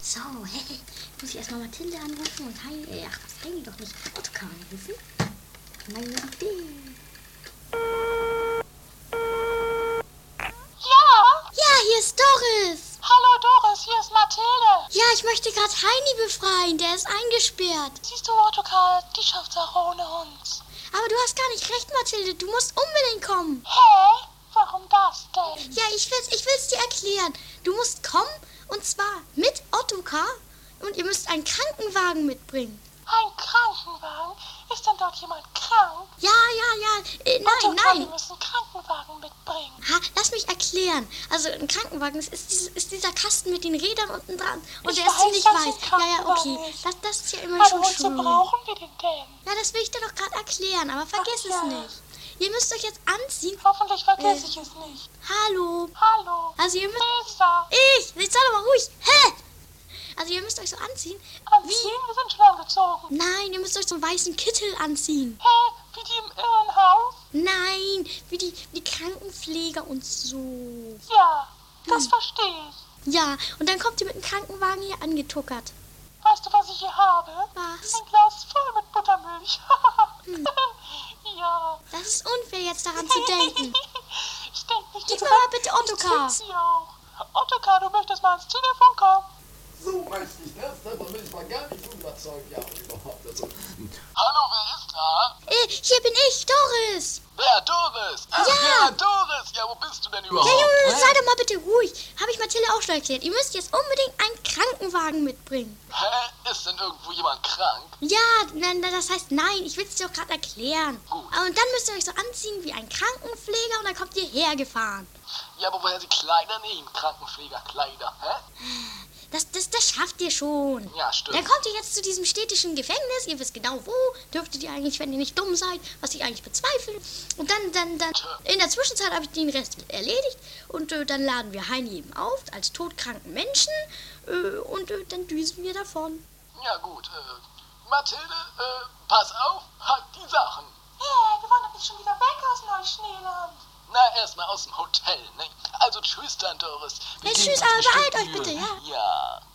So, hey, muss ich erstmal Mathilde anrufen und Heini, äh, ach, das Heini doch nicht, Ottokar anrufen? Meine Idee. Ja, Ja, hier ist Doris. hallo Doris, hier ist Mathilde. Ja, ich möchte gerade Heini befreien, der ist eingesperrt. Siehst du, Ottokar, die schafft's auch ohne uns. Aber du hast gar nicht recht, Mathilde, du musst unbedingt kommen. Hä? Warum das denn? Ja, ich will's, ich will's dir erklären. Du musst kommen und zwar mit Ottokar und ihr müsst einen Krankenwagen mitbringen. Ein Krankenwagen? Ist denn dort jemand krank? Ja, ja, ja, äh, nein, Ottokar, nein. wir müssen einen Krankenwagen mitbringen. Ha, lass mich erklären. Also ein Krankenwagen ist, ist, dieses, ist dieser Kasten mit den Rädern unten dran. Und Ich der ist weiß, ziemlich dass es ein weiß. Ja, ja, okay. Krankenwagen ist. Das, das ist ja immer Aber schon wozu schön. brauchen wir den denn? Ja, das will ich dir doch gerade erklären, aber vergiss Ach es ja. nicht. Ihr müsst euch jetzt anziehen. Hoffentlich vergesse Äh. ich es nicht. Hallo. Hallo, Also ihr müsst. Lisa. Ich! Jetzt sei doch mal ruhig! Hä? Also ihr müsst euch so anziehen. Anziehen, wir sind schon angezogen. Nein, ihr müsst euch so einen weißen Kittel anziehen. Hä? Wie die im Irrenhaus? Nein, wie die, wie die Krankenpfleger und so. Ja, das Hm. verstehe ich. Ja, und dann kommt ihr mit dem Krankenwagen hier angetuckert. Weißt du, was ich hier habe? Was? Ein Glas voll mit Buttermilch. Hm. ja. Das ist unfair, jetzt daran zu denken. ich denke nicht, Gib dass mir du mal bitte Ottokar. Ich sie auch. Ottokar, du möchtest mal ans Telefon kommen. So weiß ich ne? das, davon bin ich mal gar nicht so überzeugt. Ja, und überhaupt. Also, Hallo, wer ist da? Äh, hier bin ich, Doris. Wer, Doris? Ach, Ja. ja, Doris. Ja, wo bist du denn Ja, überhaupt? Junge, Hä? sei doch mal bitte ruhig. Habe ich Mathilde auch schon erklärt. Ihr müsst jetzt unbedingt einen Krankenwagen mitbringen. Hä? Ist denn irgendwo jemand krank? Ja, na, na, das heißt nein, ich will es dir doch gerade erklären. Gut. Ah, Und dann müsst ihr euch so anziehen wie ein Krankenpfleger und dann kommt ihr hergefahren. Ja, aber woher die Kleider nehmen? Krankenpflegerkleider, hä? Das, das, das schafft ihr schon. Ja, stimmt. Dann kommt ihr jetzt zu diesem städtischen Gefängnis. Ihr wisst genau wo. Dürftet ihr eigentlich, wenn ihr nicht dumm seid, was ich eigentlich bezweifle. Und dann, dann, dann. In der Zwischenzeit habe ich den Rest erledigt. Und äh, dann laden wir Heini eben auf als todkranken Menschen. Äh, und äh, dann düsen wir davon. Ja, gut. Äh, Mathilde, äh, pass auf, halt die Sachen. Hey, wir wollen doch nicht schon wieder weg aus Neuschneeland. Na, erstmal aus dem Hotel, ne? Also tschüss dann, Doris. Wir Hey, gehen tschüss, uns aber beeilt bestimmt euch bitte, Mühe. Ja.